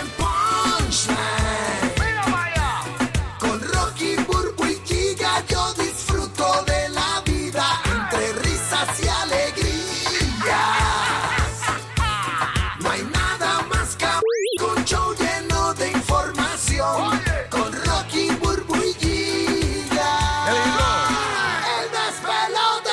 en punchline. Con Rocky Burbu y Giga yo disfruto de la vida entre risas y alegrías. No hay nada más que un show lleno de información. Con Rocky Burbu y Giga. El despelote.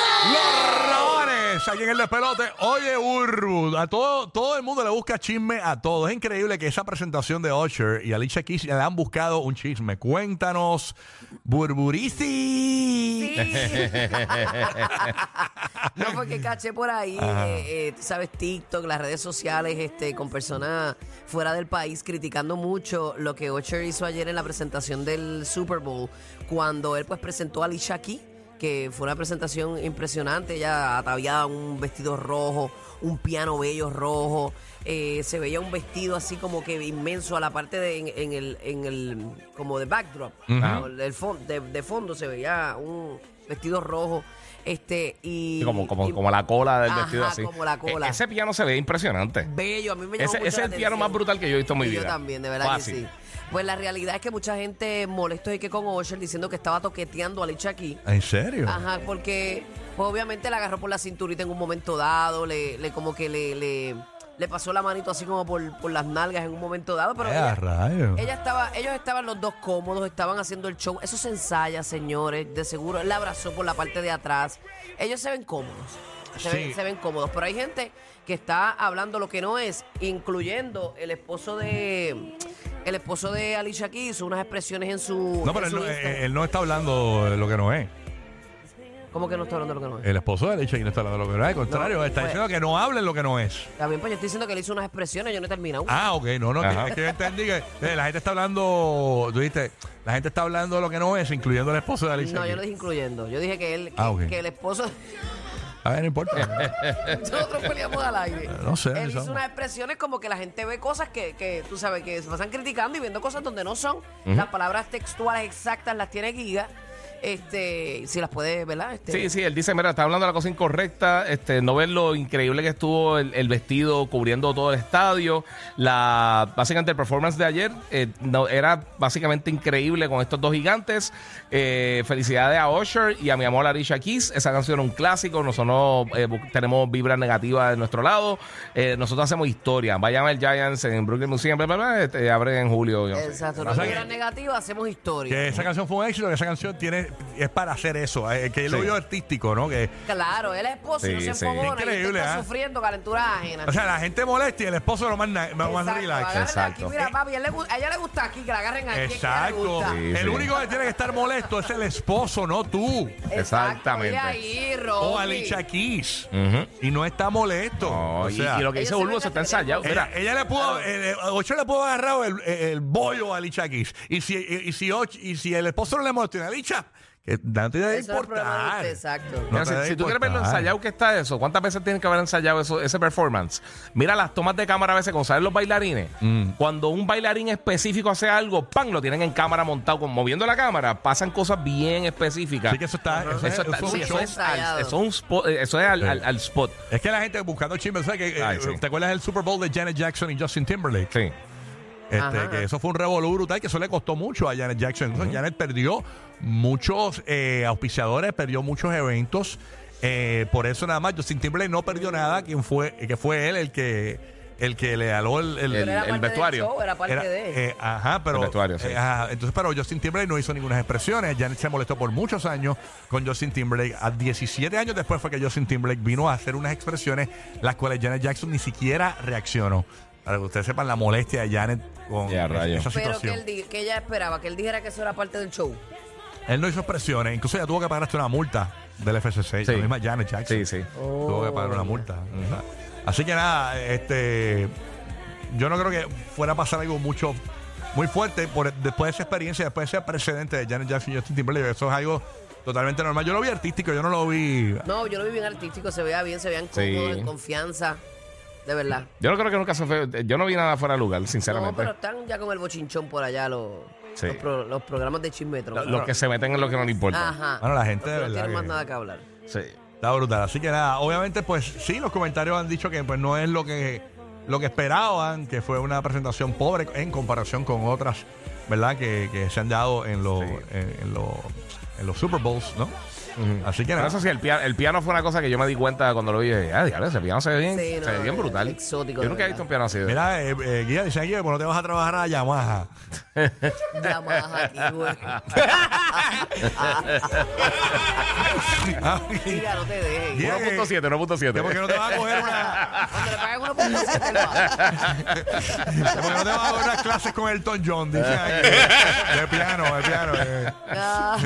Raones, aquí en el despelote. Oye, Urbu, a todo, todo el mundo le busca chisme a todo. Es increíble que esa presentación de Usher y Alicia Keys le han buscado un chisme. Cuéntanos, Burburisi. No, porque caché por ahí, eh, eh, tú sabes, TikTok, las redes sociales, este, con personas fuera del país criticando mucho lo que Usher hizo ayer en la presentación del Super Bowl, cuando él pues presentó a Alicia Keys, que fue una presentación impresionante, ella ataviada en un vestido rojo, un piano bello rojo, eh, se veía un vestido así como que inmenso a la parte de en, en el, en el, como de backdrop, como el- el fon- de, de fondo se veía un vestido rojo, este, y Sí, como, como, y- como la cola del Ajá, vestido así. como la cola. E- ese piano se ve impresionante. Bello, a mí me llamó Ese, mucho ese la es el piano atención. más brutal que yo he visto en mi Y vida. Yo también, de verdad Fácil. que sí. Pues la realidad es que mucha gente molesto y que con Usher diciendo que estaba toqueteando a Alicia aquí. ¿En serio? Ajá, porque pues, obviamente la agarró por la cinturita en un momento dado, le, le- como que le, le, le pasó la manito así como por, por las nalgas en un momento dado, pero Eh, a ella, rayo. ella estaba, ellos estaban los dos cómodos, estaban haciendo el show. Eso se ensaya, señores, de seguro. Él la abrazó por la parte de atrás. Ellos se ven cómodos. Se, Sí. ven, se ven cómodos. Pero hay gente que está hablando lo que no es, incluyendo el esposo de. El esposo de Alicia Keys, unas expresiones en su. No, pero él en su no, Insta. eh, él no está hablando de lo que no es. ¿Cómo que no está hablando lo que no es? El esposo de Alicia Keys no está hablando de lo que no es. Al contrario, No, está pues- diciendo que no hablen lo que no es. También, pues yo estoy diciendo que le hizo unas expresiones, yo no he terminado. Ah, ok, no, no, Ajá. es que yo entendí que eh, la gente está hablando, tú dijiste, la gente está hablando de lo que no es, incluyendo el esposo de Alicia no, yo Keys. no dije incluyendo. Yo dije que él, que, Ah, ok. que el esposo. A ver, no importa. Nosotros peleamos al aire. Eh, No sé, Él hizo Alexandra. unas expresiones como que la gente ve cosas que, que, tú sabes, que se pasan criticando y viendo cosas donde no son. Las palabras textuales exactas las tiene Giga. Este, si las puede, ¿verdad? Este, Sí, sí, él dice, mira, está hablando de la cosa incorrecta, este, no ves lo increíble que estuvo el, el vestido cubriendo todo el estadio, la, básicamente el performance de ayer eh, no, era básicamente increíble con estos dos gigantes, Eh, felicidades a Usher y a mi amor Arisha Keys, esa canción era un clásico, nosotros no, eh, bu- tenemos vibra negativa de nuestro lado, Eh, nosotros hacemos historia, vayan al Giants en Brooklyn Museum, bla, bla, bla, este, abre en julio, yo no sé. Exacto. No Pasa era que- negativo, hacemos historia. Que esa canción fue un éxito, que esa canción tiene es para hacer eso, eh, que es lo Sí. vio artístico, ¿no? Que, Claro, él es esposo y no Sí, se sí. enfogona. y usted Increíble, está ¿ah? sufriendo calentura ajena. o sea, la gente molesta y el esposo lo más, na- más más Exacto, agárrenle relax. aquí, Exacto. mira, papi, él le gu- a ella le gusta aquí, que la agarren aquí. es que a ella le Exacto. gusta. Sí, el único que tiene que estar molesto es el esposo, no tú. Exactamente. Exacto, mira ahí, Rocky. O Alicia Keys. Ujú. Y no está molesto. No, o y- sea, y, lo que Ellos dice se Bulbo ven se está reflejados. ensayado. Ella, Mira, ella le pudo, el- el- Ocho le pudo agarrar el, eh, el bollo a Alicia Keys. Y si, y, y si, Ocho- y si el esposo no le molestó a Alicia, que no te debe Eso es el problema de importar. usted, exacto. No Mira, te si, debe si tú quieres verlo importar. ensayado, ¿qué está eso? ¿Cuántas veces tienes que haber ensayado eso, ese performance? Mira las tomas de cámara a veces cuando salen los bailarines. Mm. Cuando un bailarín específico hace algo, ¡pam! Lo tienen en cámara montado, con, moviendo la cámara, pasan cosas bien específicas. Así que eso está. Eso, Eso está- es un sí, show. eso es al- ensayado. eso es un spot- eh, eso es al, Sí. al- al spot. Es que la gente buscando chisme, ¿sabes? Que, eh, Ay, sí. ¿Te acuerdas del Super Bowl de Janet Jackson y Justin Timberlake? Sí. Este, Ajá. que eso fue un revolú brutal, que eso le costó mucho a Janet Jackson. Entonces, Janet perdió muchos eh, auspiciadores, perdió muchos eventos. Eh, por eso nada más, Justin Timberlake no perdió nada, quien fue, que fue él el que, el que le aló el, el- Pero era el parte del vestuario. show, era parte era- de él. eh, ajá, pero. El vestuario, sí. eh, ajá, entonces, pero Justin Timberlake no hizo ninguna expresiones. Janet se molestó por muchos años con Justin Timberlake. A 17 años después fue que Justin Timberlake vino a hacer unas expresiones, las cuales Janet Jackson ni siquiera reaccionó. Para que ustedes sepan la molestia de Janet con Ya, rayos. esa Pero que, situación. él di- que ella esperaba, que él dijera que eso era parte del show. Él no hizo expresiones, incluso ella tuvo que pagar hasta una multa del FCC, Sí. la misma Janet Jackson. Sí, sí. Tuvo que pagar una multa. ¿verdad? Así que nada, este yo no creo que fuera a pasar algo mucho muy fuerte por, después de esa experiencia, después de ese precedente de Janet Jackson y Justin Timberlake, eso es algo totalmente normal. Yo lo vi artístico, yo no lo vi No, yo lo vi bien artístico, se veía bien, se veían Sí. cómodos, en confianza. de verdad. Yo no creo que nunca se fue. Yo no vi nada fuera de lugar, No, sinceramente. pero están ya con el bochinchón por allá los, Sí. los, pro- los programas de chismetro. Los que se meten en lo que no le importa. Ajá. Bueno, la gente de no verdad tiene más que- nada que hablar. Sí. Está brutal. Así que nada, obviamente, pues sí, los comentarios han dicho que pues no es lo que lo que esperaban, que fue una presentación pobre en comparación con otras, ¿verdad? Que, que se han dado en los en, en los en los Super Bowls, ¿no? Así que Pero nada. eso sí, el piano, el piano fue una cosa que yo me di cuenta cuando lo vi. yo dije, Ah, diablo, ese piano se ve bien, Sí, se ve no, bien es brutal. exótico, Yo de nunca verdad. he visto un piano así. de- Mira, eh, eh, Guía dice aquí que pues, no te vas a trabajar a Yamaha. Dramas aquí, güey. Ah, Mira, no te dejes. Yeah. 1.7, Que porque 1.7. no te vas a coger una, Cuando le pagan 1.7 lo haces. que porque no te vas a coger unas clases con Elton John, dice aquí. De piano, de piano. eh. Ah.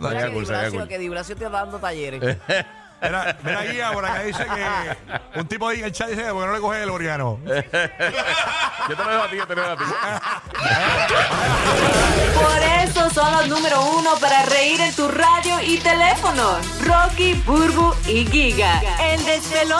No, Mira qué que cool, Di se ve Blasio, cool. que Di Blasio te está dando talleres. Mira, mira Guía, por acá dice que un tipo ahí en el chat dice que porque no le coges el organo. Yo te lo dejo a ti, yo te lo dejo a ti. Por eso son los número uno para reír en tu radio y teléfono. Rocky, Burbu y Giga. El despelote.